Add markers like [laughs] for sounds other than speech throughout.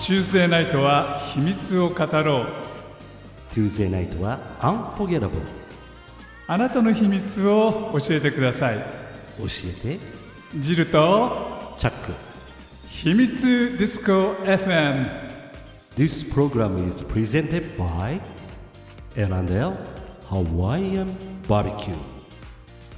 チューズデーナイトは秘密を語ろう Tuesday night は Unforgettable あなたの秘密を教えてください教えてジルとチャック秘密ディスコ FM This program is presented by L&L Hawaiian Barbecue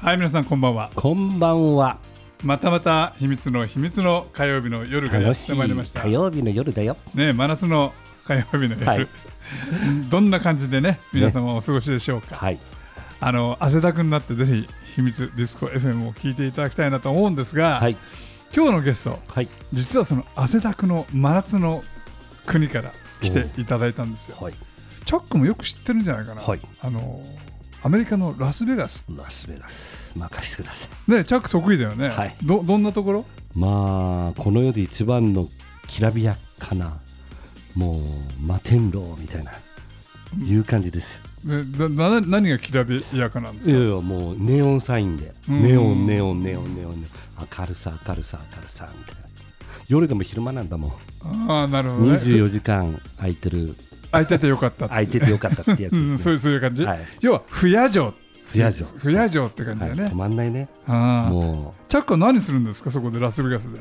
はい皆さんこんばんはこんばんはまたまた秘密の秘密の火曜日の夜がや楽っしいてまいりました火曜日の夜だよね真夏の火曜日の夜、はい [laughs] どんな感じでね皆様お過ごしでしょうか、はいあの汗だくになってぜひ秘密ディスコ FM を聞いていただきたいなと思うんですが、はい今日のゲストはい実はその汗だくの真夏の国から来ていただいたんですよはいチャックもよく知ってるんじゃないかな、はいあのアメリカのラスベガスラスベガス任せてくださいねチャック得意だよね、はいどどんなところまあこの世で一番のきらびやかなもう摩天楼みたいないう感じですよねなな何がきらびやかなんですいかやいやもうネオンサインで、うんネオンネオンネオンネオンネオン明るさ明るさ明るさみたいな夜でも昼間なんだもんああなるほどね24時間空いてる空いててよかったって空いててよかったってやつうでん、すそういねうそういう感じ、はい要は不夜城不夜城不夜城って感じはだいよね、止まんないねああもチャックは何するんですかそこでラスベガスで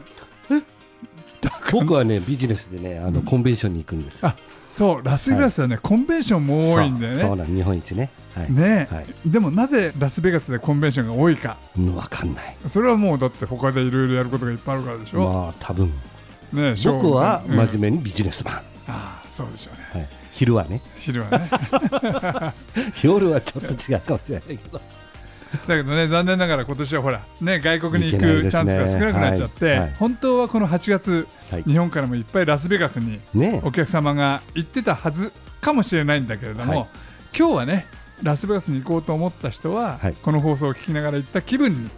チャッうクは僕はねビジネスでねあのコンベンションに行くんですあそうラスベガスはね、コンベンションも多いんだよねそうそうなん日本一ねはいねえ、はいでもなぜラスベガスでコンベンションが多いかうんわかんないそれはもうだって他でいろいろやることがいっぱいあるからでしょ、まあ多分ねえショー僕はうん真面目にビジネスマン、ああそうでしょうねはい、昼はね昼は [laughs] ねだ夜はちょっと違うかもしれないけどけどね残念ながら今年はほらね外国に行行けないですくねチャンスが少なくなっちゃって、はいはい本当はこの8月、はい日本からもいっぱいラスベガスにねお客様が行ってたはずかもしれないんだけれども、はい今日はねラスベガスに行こうと思った人は、はいこの放送を聞きながら行った気分に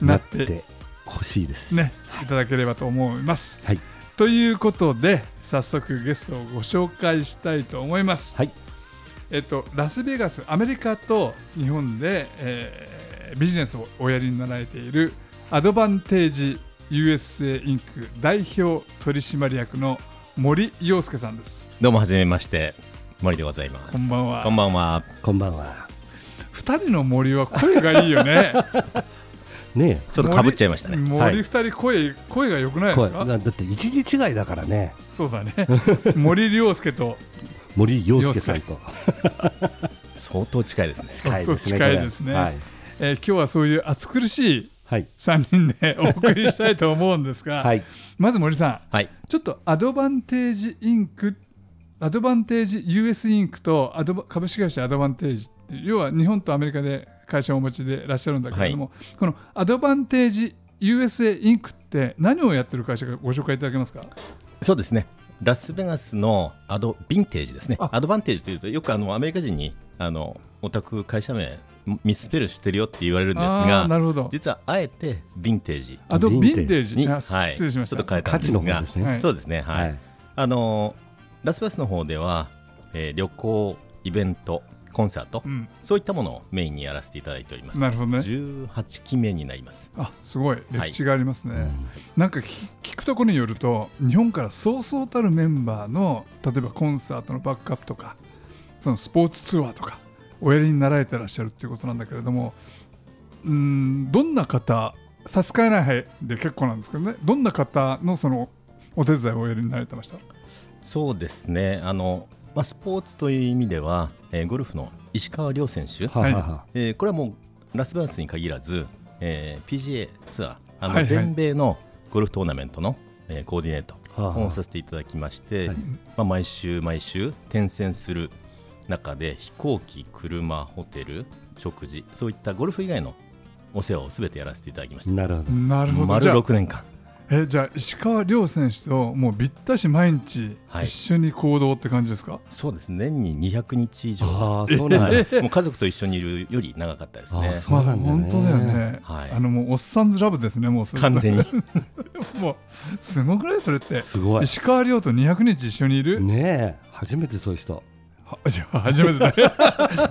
ななっっててほしいですね、いただければと思います。はいということで早速ゲストをご紹介したいと思います。はいえっと、ラスベガスアメリカと日本で、えービジネスをおやりになられているアドバンテージ USA インク代表取締役の森洋介さんです。どうもはじめまして森でございますこんばんはこんばんはこんばんは二人の森は声がいいよ [laughs] ね。ねちょっとかぶっちゃいましたね森は森い二人声、声が良くないでこすれなか。だって一時違いだからねそうだね。森洋介と森洋介さんと相当近いですね近いですね近いですねこれはい、えー今日はそういう暑苦しいはい3人でお送りしたいと思うんですが、はいまず森さはいんちょっとアドバンテージインクアドバンテージ US インクとアドバ株式会社アドバンテージっていう要は日本とアメリカで会社をお持ちでいらっしゃるんだけれども、このアドバンテージ USA インクって何をやってる会社かご紹介いただけますかそうですねラスベガスのアドヴィンテージですねあアドバンテージというとよくあのアメリカ人にあのオタク会社名ミスペルしてるよって言われるんですあーながるほど実はあえてヴィンテージアドヴヴィィンンテテーージに、あはい、失礼しましたちょっと変えた価んで値すのがはい方ですねそうですねはい、はいあのラスベガスの方では、えー旅行イベントコンサート、うん、そういったものをメインにやらせていただいておりますなるほどね18期目になりますあすごい歴史がありますね、なんか聞聞くところによると日本からそうそうたるメンバーの例えばコンサートのバックアップとかそのスポーツツアーとかおやりになられてらっしゃるっていうことなんだけれどもうーんどんな方差し支えない範囲で結構なんですけどねどんな方のそのお手伝いをおやりになられてましたそうですねあの、まあ、スポーツという意味では、えーゴルフの石川遼選手、はははえーこれはもうラスベガスに限らず、えー PGA ツアーあの、はいはい全米のゴルフトーナメントの、えーコーディネートはあはあをさせていただきまして、はいまあ、毎週毎週転戦する中で飛行機、車、ホテル、食事そういったゴルフ以外のお世話をすべてやらせていただきました。なるほどなるほど丸じゃあ6年間えじゃあ石川遼選手ともうびったし毎日はい一緒に行動って感じですか、そうですね年に200日以上ああそうなんだもう家族と一緒にいるより長かったですあねー。そまあうなんだよね本当だよね、はいあのもうおっさんずラブですねもうそれ [laughs] 完全にもうすごくないそれってすごい石川遼と200日一緒にいる、ねえ初めてそういう人はじゃあ初めて [laughs] だよ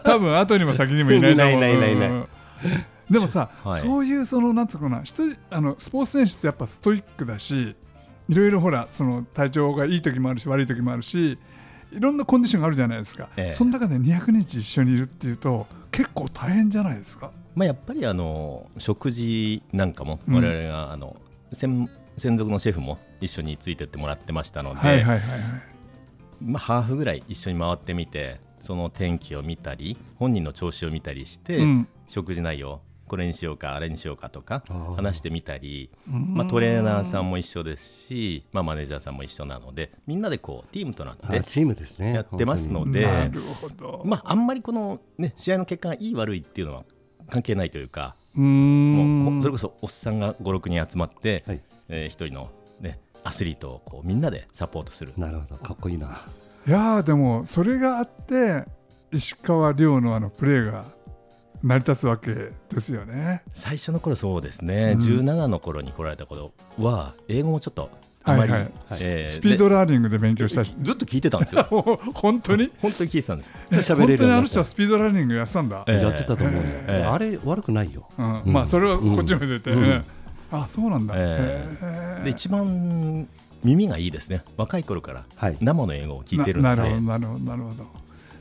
多分後にも先にもいないと思ういないいないいないうんでもさ、はいそういうそのなんつうのかな人あのスポーツ選手ってやっぱストイックだしいろいろほらその体調がいい時もあるし悪い時もあるしいろんなコンディションがあるじゃないですか、ええその中で200日一緒にいるっていうと結構大変じゃないですかまあ、やっぱりあの食事なんかもうん我々があの、専専属のシェフも一緒についてってもらってましたので、はいはいはいはいまあ、ハーフぐらい一緒に回ってみてその天気を見たり本人の調子を見たりして、うん食事内容これにしようかあれにしようかとかあー話してみたり、うんまあ、トレーナーさんも一緒ですし、まあ、マネージャーさんも一緒なのでみんなでこうチームとなっあてチームですねやってますのでなるほど、まあ、あんまりこの、ね、試合の結果がいい悪いっていうのは関係ないというか、うーんもうそれこそおっさんが56人集まって、はいえー一人の、ね、アスリートをこうみんなでサポートする本当になるほどかっこいいないやーでもそれがあって石川遼のあのプレーが成り立つわけですよね。最初の頃そうですね、うん17の頃に来られた頃は英語もちょっとあまり、はいはいえスピードでラーニングで勉強したし、ずっと聞いてたん [laughs] ですよ本当に本当に聞いてたんです、喋本れる当にようにあなのっ人たはスピードラーニングやってたんだ。ええやってたと思うよ、ええあれ悪くないようんうんまあそれはうんこっちの目で言って、うんうんあそうなんだ。えへーで一番耳がいいですね若い頃からはい生の英語を聞いてるなのでなるほどなるほどなるほど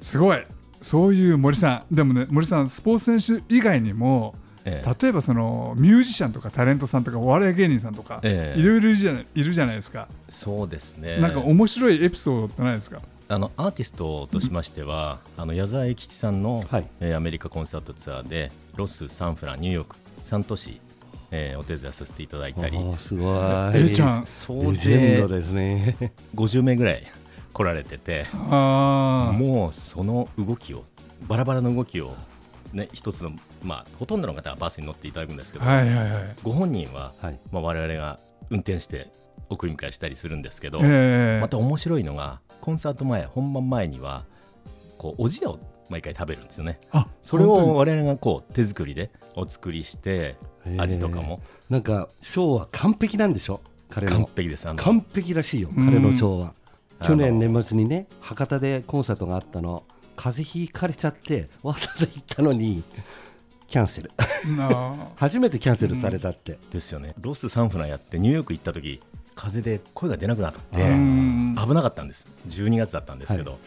すごいそういう森さんでもね森さんスポーツ選手以外にもええ例えばそのミュージシャンとかタレントさんとかお笑い芸人さんとか、ええいろいろいるじゃないいるじゃないですか。そうですねなんか面白いエピソードってないですか。あのアーティストとしましては、あの矢沢永吉さんの、はいえーアメリカコンサートツアーでロス、サンフラン、ニューヨーク3都市、えーお手伝いさせていただいたりおーすご A いちゃん。総レジェ勢ンドですね50名ぐらい来られててああ。もうその動きをバラバラの動きを、ね、一つの、まあ、ほとんどの方はバスに乗っていただくんですけど、はいはいはい。ご本人は、はいまあ、我々が運転して送り迎えしたりするんですけど、ええまた面白いのがコンサート前本番前にはこうおじやを毎回食べるんですよねあ、それを本我々がこう手作りでお作りして味とかもなんかショーは完璧なんでしょ彼完の璧ですあの完璧らしいようん彼のショーはあ去の年年末にね博多でコンサートがあったの風邪ひかれちゃってわざわざ行ったのにキャンセル当 [laughs] にな初めてキャンセルされたって、ですよねロスサンフランやってニューヨーク行った時風邪で声が出なくなっあ。うてん。危なかったんです12月だったんですけど、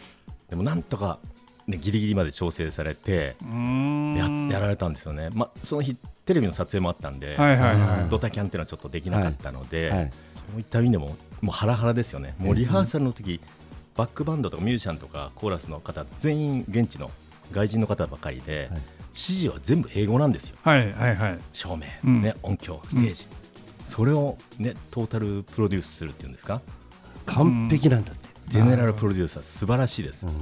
でもなんとか、ね、ギリギリまで調整されてややられたんですよね、まあ、その日テレビの撮影もあったんで、はいはいうんはドタキャンっていうのはちょっとできなかったので、はいそういった意味でも、もうハラハラですよね、もうリハーサルの時、バックバンドとかミュージシャンとかコーラスの方、全員現地の外人の方ばかりで、はい指示は全部英語なんですよ、い。はいはいはい。照明、うんね、音響、ステージ、それを、ね、トータルプロデュースするっていうんですか、完璧なんだって、ジェネラルプロデューサー、素晴らしいです。うん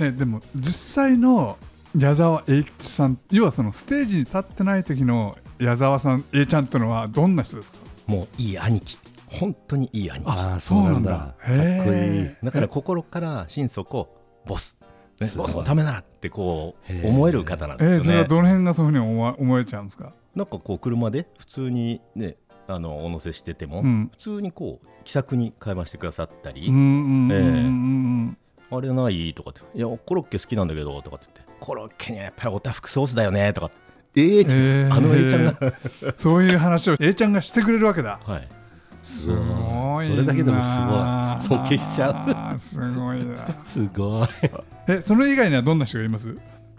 え、でも実際の矢沢永吉さん、要はそのステージに立ってない時の矢沢さん、A ちゃんってのはどんな人ですか。もういい兄貴、本当にいい兄貴。ああそうなんだそうなんだかっこいいへだから心から心底、ボス、ね、すごいボスのためならってこへうー思える方なんですえよー、ね。それはどの辺がそういうふうに思わ思えちゃうんですか。なんかこう車で普通にねあのお乗せしててうも、ん普通にこう気さくに会話してくださったり、うんうんうんええうんあれないとかって「いやコロッケ好きなんだけど」とかって言って「コロッケにはやっぱりおたふくソースだよね」とかって「ええうん。えーあの A ちゃんが、そういう話を A ちゃんがしてくれるわけだ。はい、すごいなそれだけでもすごい尊敬しちゃう。すごいな。すごいえ、それ以外にはどんな人がいます？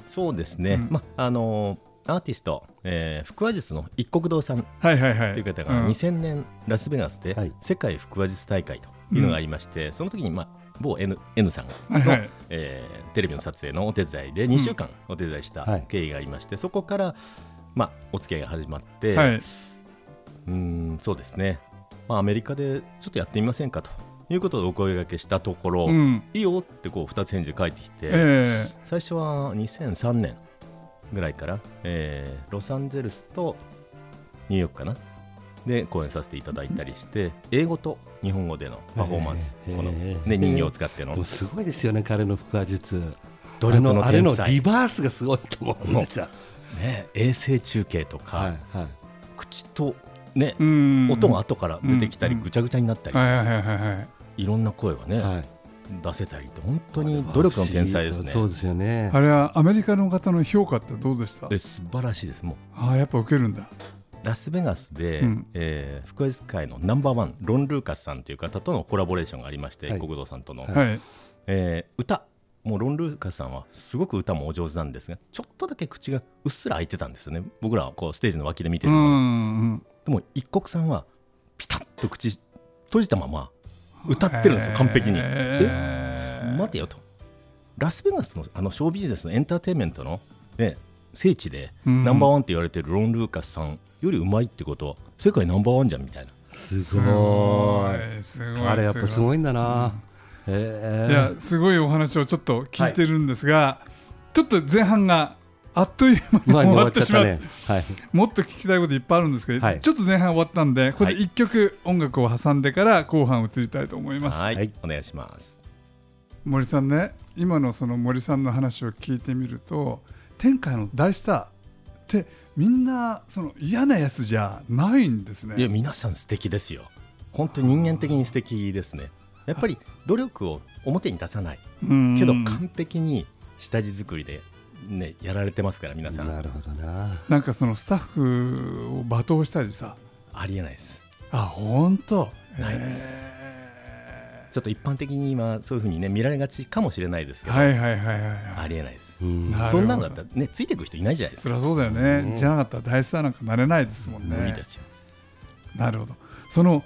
そうですね、うんまあのアーティスト、えー、腹話術の一国堂さんっはいはいはい。ていう方がうん2000年ラスベガスではい世界腹話術大会というのがありまして、その時に、まあ、某 N, N さんがはいはい。えーテレビの撮影のお手伝いで2週間お手伝いしたはい経緯がありまして、そこから、まあ、お付き合いが始まって、はい。うーんそうですね、まあ、アメリカでちょっとやってみませんかということでお声掛けしたところ、うん。いいよってこう2つ返事で返ってきて、え最初は2003年ぐらいから、えーロサンゼルスとニューヨークかなで公演させていただいたりして英語と日本語でのパフォーマンス、へーこの、へーね、人形を使ってでのもすごいですよね彼の腹話術努力のあれの天あれのリ才、バースがすごいと思うんですよね、衛星中継とか。はいはい口とねえ、うん。音が。後から出てきたりうんぐちゃぐちゃになったり、はいはいはいはいはい。いろんな声をね、はい出せたりと本当に努力の天才ですねそうですよねあれはアメリカの方の評価ってどうでしたで？素晴らしいですもああ、やっぱ受けるんだ。うラスベガスで、うんえー福音会のナンバーワンロン・ルーカスさんという方とのコラボレーションがありまして、はい国道さんとの、はいえー歌もうロン・ルーカスさんはすごく歌もお上手なんですがちょっとだけ口がうっすら開いてたんですよね僕らはこうステージの脇で見てうるのがんうんでも一国さんはピタッと口閉じたまま歌ってるんですよ、完璧に。ええー待てよとラスベガスのあのショービジネスのエンターテインメントの、ね、聖地でうんナンバーワンって言われてるロン・ルーカスさんよりうまいってことは世界ナンバーワンじゃんみたいなすすごごいいすごいあれやっぱすいごいんだな、えいやすごいお話をちょっと聞いてるんですが、ちょっと前半があっという間に前終に終わわっってちゃっしまたう、ねはいもっと聞きたいこといっぱいあるんですけど、はいちょっと前半終わったんでこれではい1曲音楽を挟んでから後半移りたいと思います、はい、はいお願いします森さんね今のその森さんの話を聞いてみると天下の大スターってみんなその嫌なやつじゃないんですいやね皆さん素敵ですよ本当に人間的に素敵ですねやっぱり努力を表に出さないうんけど完璧に下地作りで、ね、やられてますから皆さんなるほどななんかそのスタッフを罵倒したりさありえないですあ本当ないですえちょっと一般的に今そういうふうにね見られがちかもしれないですーけど、はいはいはいはいはあいりえないですうんなるほどそんなのだったらねついてく人いないじゃないですそかりゃそうだよね、うんじゃなかったら大スターなんかなれないですもんね無理ですよなるほどその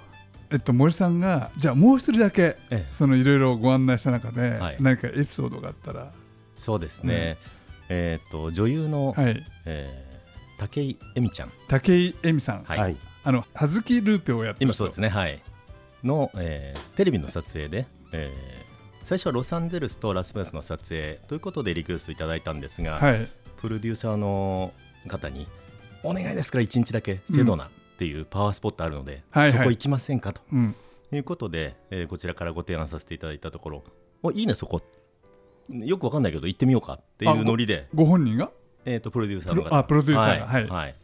えっと森さんがじゃあもう一人だけええそのいろいろご案内した中で、はい何かエピソードがあったらそうですね、えっ、と女優の、はいえー武井絵美ちゃん、武井絵美さん、はいはいあの葉月ルーペをやってる今人そうですねはいの、えーテレビの撮影で、えー最初はロサンゼルスとラスベガスの撮影ということでリクエストいただいたんですが、はいプロデューサーの方にお願いですから1日だけセドナっていうパワースポットあるので、はいはいそこ行きませんかとうんということで、えーこちらからご提案させていただいたところ、おいいね、そこ、よくわかんないけど、行ってみようかっていあうノリで、ご本人がえー、とプロデューサーのプ方ロあプロデューサーがはいははい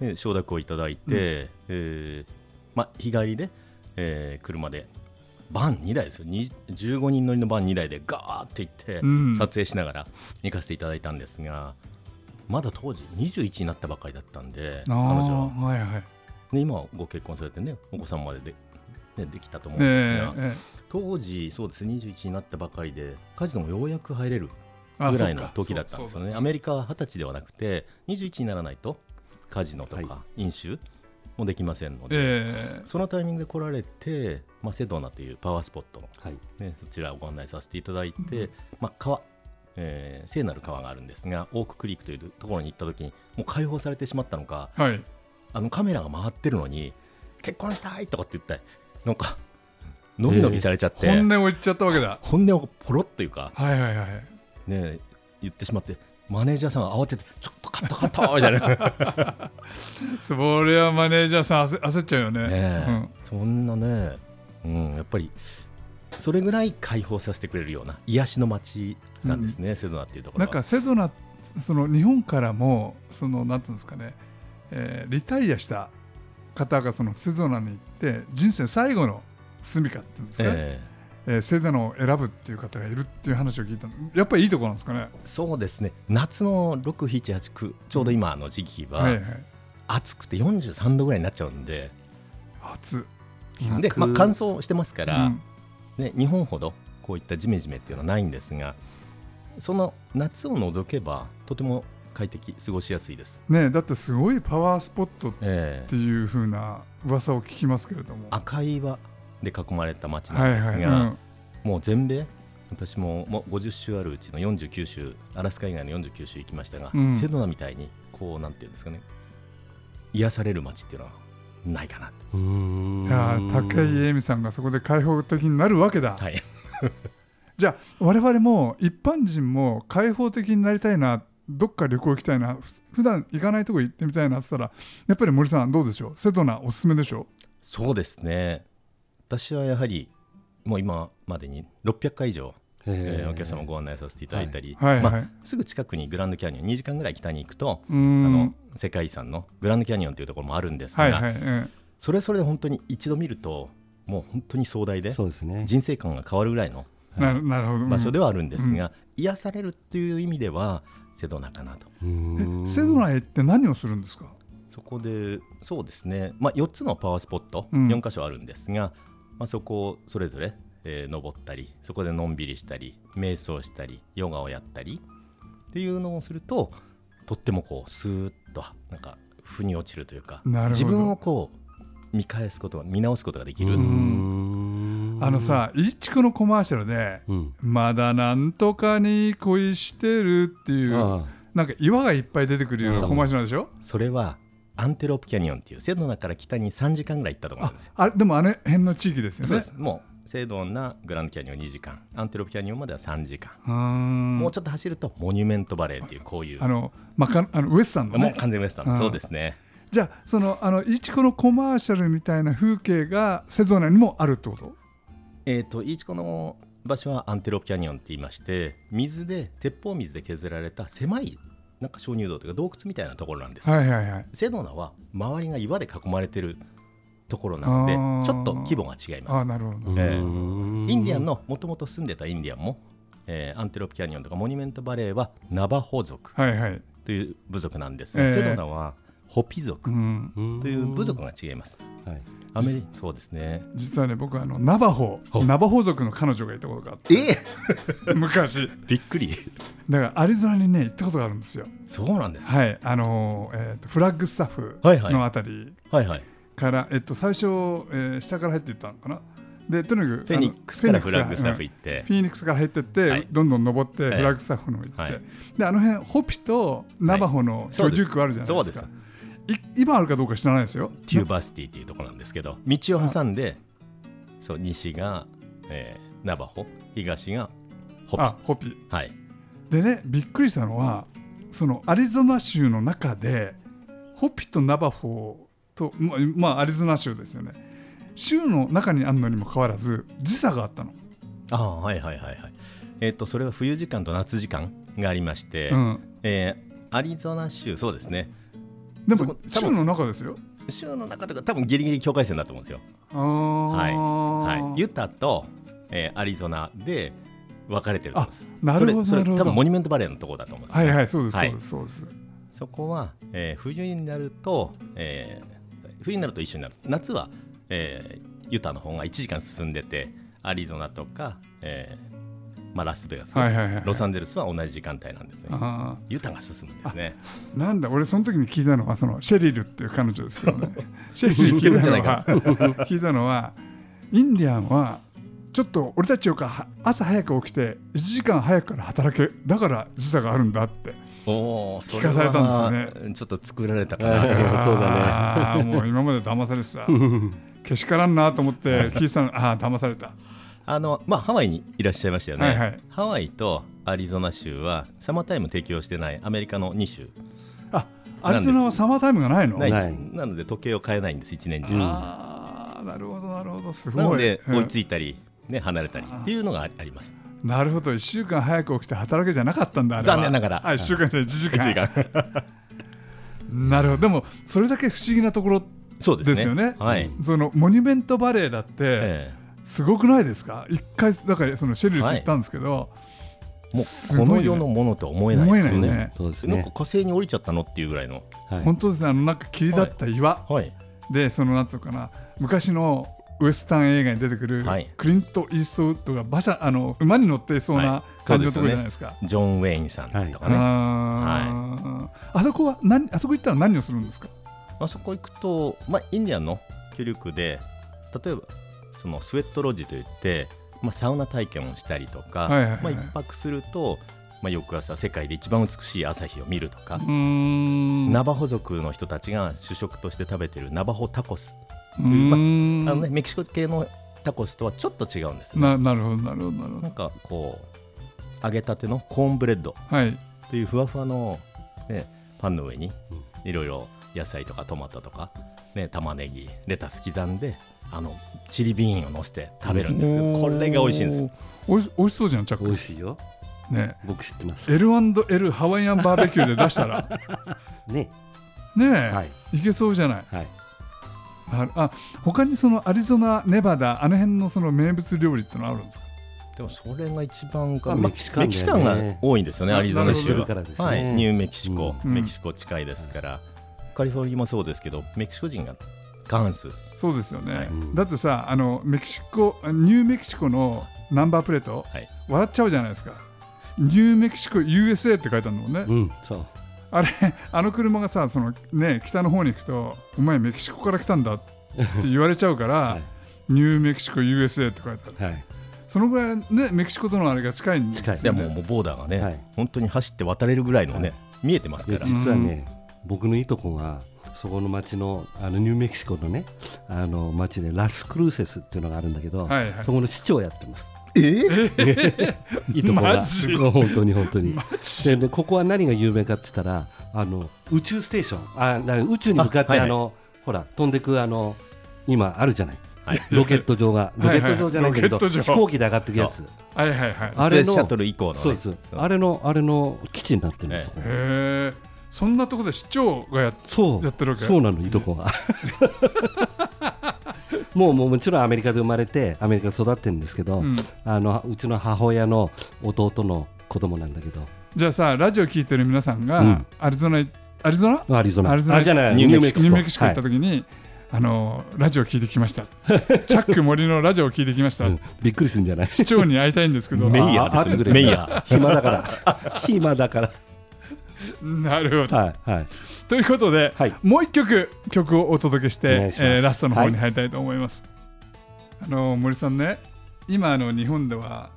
で承諾をいただいて、えーま、日帰りで、えー車で、バン2台ですよ、に15人乗りのバン2台で、ガーって行って、うん撮影しながら行かせていただいたんですが、まだ当時、21になったばかりだったんで、あ彼ー女は。はいはいで今はご結婚されてね、お子さんまでで,、ね、できたと思うんですえが。えええ当時そうですね21になったばかりでカジノもようやく入れるあぐらいのそっか時だったんですそうよねアメリカは二十歳ではなくて21にならないとカジノとはか飲酒もできませんのそうで、えそのタイミングで来られて、まあ、セドナというパワースポットの、はいね、そちらをご案内させていただいて、まあ、川、えー聖なる川があるんですがオーククリークというところに行った時にもう解放されてしまったのかえはいあのカメラが回ってるのに結婚したいとかって言ってなんかのびのびされちゃって、本音を言っちゃったわけだ本音をポロッというか、はいはいはいね、言ってしまってマネージャーさんが慌ててちょっとカットカットみた [laughs] いな、それはマネージャーさん焦焦っちゃうよねねそんなね、うん、やっぱりそれぐらい解放させてくれるような癒しの街なんですね、セドナっていうとうこん、ろなはんかセドナその日本からもそのなんていうんですかね、えーリタイアした方がそのセドナに行って人生最後の住処っていうんですかね、えええーセドナを選ぶっていう方がいるっていう話を聞いたのやっぱりいいところなんですかねそうですね夏の6789ちょうど今の時期はいははい暑くて43度ぐらいになっちゃうんで,、初でまあ、乾燥してますから、うんね、日本ほどこういったジメジメっていうのはないんですがその夏を除けばとても快適過ごしやすいです、ねだってすごいパワースポットっええていう風な噂を聞きますけれども赤岩で囲まれた町はないんはでいすが、うんもう全米私ももう50州あるうちの49州アラスカ以外の49州行きましたが、うんセドナみたいにこうなんていうんですかね癒される町っていうのはないかなうーんいやー高井恵美さんがそこで開放的になるわけだ、はいじゃあ我々も一般人も開放的になりたいなどっか旅行行きたいなふ普段行かないとこ行ってみたいなって言ったらやっぱり森さんどうでしょうセドナおすすめでしょそうですね私はやはりもう今までに600回以上、ええーお客様ご案内させていただいたり、はいはいまあすぐ近くにグランドキャニオン2時間ぐらい北に行くと、うーあのん世界遺産のグランドキャニオンというところもあるんですが、はいはい、うんそれはそれで本当に一度見るともう本当に壮大でそうですね人生観が変わるぐらいのなるなるほど、うん場所ではあるんですが、癒されるっていう意味ではセドナかなとうーんセドナへ行って何をするんですかそこでそうですね、まあ、4つのパワースポット、うん4箇所あるんですが、まあ、そこをそれぞれ、えー登ったりそこでのんびりしたり瞑想したりヨガをやったりっていうのをするととってもこうスーッとなんか腑に落ちるというかなるほど自分をこう見返すことが見直すことができる、ううんんあの、さイチクのコマーシャルでうん「まだなんとかに恋してる」っていうああなんか岩がいっぱい出てくるようなコマーシャルなんでしょそれはアンテロープキャニオンっていうセドナから北に3時間ぐらい行ったところなんですよ。あれでもあの辺の地域ですよそうねですもうセドナグランドキャニオン2時間アンテロープキャニオンまでは3時間、うーんもうちょっと走るとモニュメントバレーっていうこういうあの、まか、あのウエスさんのもうね完全ウエスタン、うんそうですねじゃあそのあのイチコのコマーシャルみたいな風景がセドナにもあるってことえっ、とイーチコの場所はアンテロープキャニオンって言いまして水で鉄砲水で削られた狭いなんか鍾乳洞というか洞窟みたいなところなんです、はいはいはいセドナは周りが岩で囲まれてるところなのであーちょっと規模が違いあまあすなるほど、うんえインディアンのもともと住んでたインディアンも、えーアンテロープキャニオンとかモニュメントバレーはナバホ族はいはい、という部族なんですが、ええセドナはホピう族ん、という部族が違います。はい [laughs] アメリそうですね。実はね僕あのナバホほうナバホ族の彼女がいたことがあっえて [laughs] 昔びっくり。だからアリゾナにね行ったことがあるんですよそうなんですか。はいあのーえーとフラッグスタッフはいはいのあたりはいはい。から、えっと最初、えー下から入っていったのかなでとにかくフェニックスかあのらフラッグスタッフうん行ってフ。ェニックスから入ってって、はいどんどん登って、ええフラッグスタッフの方行って、はいであの辺ホピとナバホの居住区あるじゃないですか、そうでい今あるかどうか知らないですよす。テューバーシティっていうところなんですけど、道を挟んで、そう西が、えーナバホ、東がホピ。あホピはい。でねびっくりしたのはそのアリゾナ州の中でホピとナバホとままあアリゾナ州ですよね州の中にあるのにもかかわらず時差があったの、ああはいはいはいはい。えっ、とそれは冬時間と夏時間がありまして、うん、えーアリゾナ州そうですね。でそもこ多分州の中ですよ州の中とか多分ギリギリ境界線だと思うんですよ。ああ、いはい、ユタと、えーアリゾナで分かれてると思うんです。なるほどそれなるほそれ多分モどニュメントバレーのところだと思うんですはよいね、はいそうです、はいそうですそうですそこは、えー冬になると、えー冬になると一緒になるんです夏は、えーユタの方が1時間進んでてアリゾナとか、えーまあ、ラスベガス、はいはいはいロサンゼルスは同じ時間帯なんですね。あユタが進むんですね。ーなんだ俺その時に聞いたのはそのシェリルっていう彼女ですけど [laughs] ねシェリルいけ聞るいんじたゃのないはか [laughs] 聞いたのはインディアンはちょっと俺たちよりかは朝早く起きて1時間早くから働けだから時差があるんだっておお、それ聞かされたはんですちょっと作られたかあな。ーそうだねだねもう今まで騙されてさ [laughs] けしからんなと思って聞いてたのああ騙されたあのまあ、ハワイにいらっしゃいましたよね、はいはいハワイとアリゾナ州はサマータイム適用してないアメリカの2州あアリゾナはサマータイムがないのないですないなので時計を変えないんです1年中、ああなるほどなるほどすごいなのでうん追いついたり、ね、離れたりっていうのがあありますなるほど1週間早く起きて働けじゃなかったんだあれは残念ながらあ1週間じゃ1時間1時間 [laughs] なるほどでもそれだけ不思議なところそうですねですよねはい、そのモニュメントバレーだってえすごくないですか一回だからそのシェリルって言ったんですけど、えもすうごいこねの世のものとは思えないですよ思ねえないねそうですなんかね火星に降りちゃったのっていうぐらいのはい本当ですねあのなんか霧だった岩、はいでそのなんつうのかな昔のウエスタン映画に出てくるはいクリント・イーストウッドが馬車あの馬に乗っていそうはない感じのところじゃないですか、ジョン・ウェインさんとかね、あーあそこは何あそこ行ったら何をするんですかあそこ行くと、まあ、インディアンの居留区で例えばそのスウェットロジといって、まあ、サウナ体験をしたりとか、はいはいはいまあ、一泊すると、まあ、翌朝世界で一番美しい朝日を見るとかう、ーんナバホ族の人たちが主食として食べてるナバホタコス、ういうーあんのね、メキシコ系のタコスとはちょっと違うんですねななるほどなるほどなるほなどんかこう揚げたてのコーンブレッドはいというふわふわの、ね、パンの上にうんいろいろ野菜とかトマトとか、ね、玉ねぎレタス刻んであのチリビーンをのせて食べるんですよこれが美味しいんですおいし美味しそうじゃんチャッ美ク味しいよね僕知ってます。 L&L ハワイアンバーベキューで出した [laughs] らね。ねえ、はい。い、けそうじゃないはい。ああ他にそのアリゾナネバダあの辺のその名物料理ってのあるんですかでもそれが一番か、まあまあメキシカンだよねメキシカンが多いんですよねなアリゾナなるほ州どは、からですねはい、ニューメキシコ、うんメキシコ近いですから、カリフォルニアもそうですけどメキシコ人が過半数そうですよね、はいだってさあのメキシコニューメキシコのナンバープレート、はい笑っちゃうじゃないですかニューメキシコ USA って書いてあるのもんね、うん、そう。あれあの車がさその、ね、北の方に行くとお前メキシコから来たんだって言われちゃう [laughs] から、いニューメキシコ USA って書いてあるはい。そのぐらい、ね、メキシコとのあれが近いんですでよもねうもうボーダーがね、はい本当に走って渡れるぐらいのね、見えてますかでら、実はね、僕のいとこがそこの町のあのニューメキシコのねあの町でラスクルーセスっていうのがあるんだけど、はいはいそこの市長をやってます。えー [laughs] いとこがマジ本当に本当にマジででここは何が有名かって言ったらあの宇宙ステーションあな宇宙に向かってあ、あはいはいのほら飛んでくあの今あるじゃない、はいロケット場がロケはいット場じゃないんだけど、ロケット場飛行機で上がってくやつはいはいはいあれのスペースシャトル以降の、ね、そうですそうあれのあれの基地になってるんです、そこへえそんなとこで市長がやっそうやってるわけそうなのいとこがもう [laughs] もうもちろんアメリカで生まれてアメリカで育ってるんですけど、うんあのうちの母親の弟の子供なんだけどじゃあさラジオ聞いてる皆さんが、うんアリゾナアリゾナアリゾナアリゾナあじゃないニニュューーメメキシキシココ行った時に、あのラジオ聞いてきました [laughs] チャック森のラジオ聞いてきました、うんびっくりするんじゃない市長に会いたいんです [laughs] けどメイヤあーあ会ですっねてくれメイヤ暇 [laughs] だから暇だからなるほどはいはいということで、はいもう一曲曲をお届けしてお願いしますえーラストの方に入りたいと思います、あの森さんね今あの日本では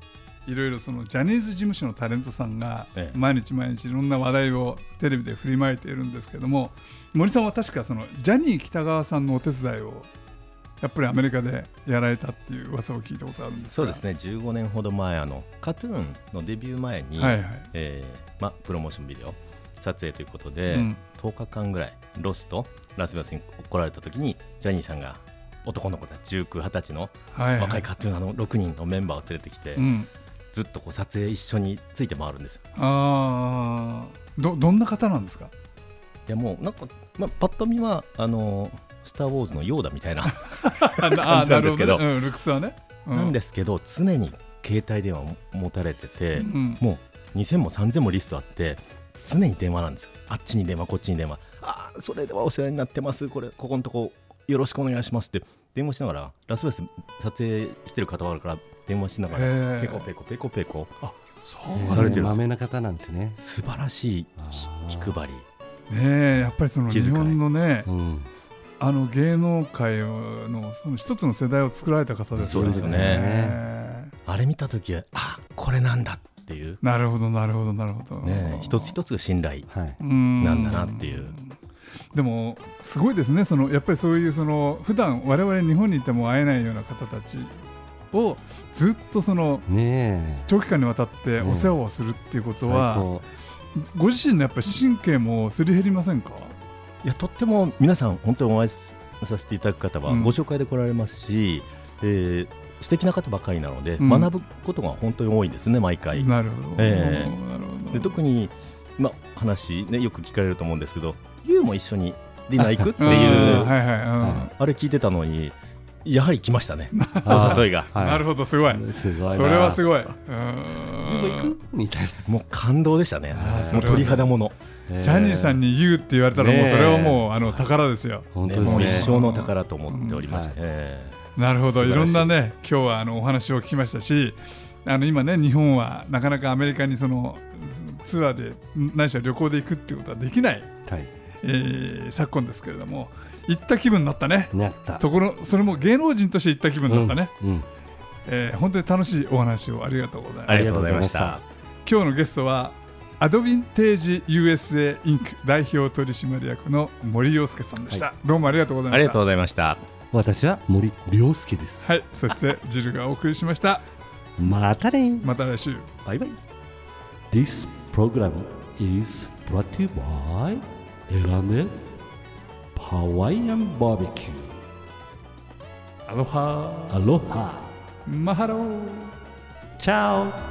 いろいろそのジャニーズ事務所のタレントさんがええ毎日毎日いろんな話題をテレビで振りまいているんですけども森さんは確かそのジャニー喜多川さんのお手伝いをやっぱりアメリカでやられたっていう噂を聞いたことあるんですそうですねね15年ほど前あのカトゥーンのデビュー前に、はいはいえーま、プロモーションビデオ撮影ということで、うん10日間ぐらいロスとラスベガスに来られた時にジャニーさんが男の子たち1920歳のはいはい若いカトゥーンの6人のメンバーを連れてきて、うんずっとこう撮影一緒について回るんですよあーどどんな方なんですかでもうなんか、まあ、パッと見はあのスター・ウォーズ」のヨーダみたいな感じなんですけどあーなるほねうん、ルックスはね、うなんですけど常に携帯電話を持たれてて、うんもう2000も3000もリストあって常に電話なんですよあっちに電話こっちに電話ああそれではお世話になってますこれここのとこよろしくお願いしますって電話しながらラスベガス撮影してる方があるから電話しながらへーペコペコペコペコあそうされてるまめな方なんですね素晴らしい気気配りねえやっぱりその気日遣い本のねうんあの芸能界のその一つの世代を作られた方ですそうですよねねあれ見た時はあーこれなんだっていう、なるほどなるほどなるほど、ね、一つ一つが信頼はいななんだなっていうでもすごいですねそのやっぱりそういうその普段我々日本にいても会えないような方たちをずっとそのねえ長期間にわたってお世話をするっていうこと最は、高ご自身のやっぱり神経もすり減りませんかいやとっても皆さん本当にお会いさせていただく方はうんご紹介で来られますし、えー素敵な方ばかりなので、うん学ぶことが本当に多いんですね毎回。なるほど、ええなるほどで特に、ま、話、ね、よく聞かれると思うんですけど「ユウも一緒にディナー行く?」っていうんうはいはい、うんはいあれ聞いてたのにやはり来ました [laughs] ねあお誘いが。はいなるほどすごいすごいなそれはすごいごい。うーんみたいなもう感動でしたねあーもう鳥肌もの、ジャニーさんにに言うって言われたら、もうねえそれはもうあの宝ですよ。本ね当もうで一すね生の宝と思っておりましうて、んえなるほど、素晴いらしろいんなね、今日はあのお話を聞きましたし、あの今ね、日本はなかなかアメリカにそのツアーで、ないしは旅行で行くっていうことはできない、はいえー昨今ですけれども、行った気分になったね。なったところそれも芸能人として行った気分になったね、うんうんえー本当に楽しいお話をありがとうございますありがとうございました。今日のゲストはアドヴィンテージ USA インク代表取締役の森洋介さんでした、どうもありがとうございあまりしがとうたございました。私は森良介ですはいそしてジルがお送りしましたまたねまた来週 Bye bye. This program is brought to you by Elane Hawaiian Barbecue. アロハ Aloha. マハロー Ciao.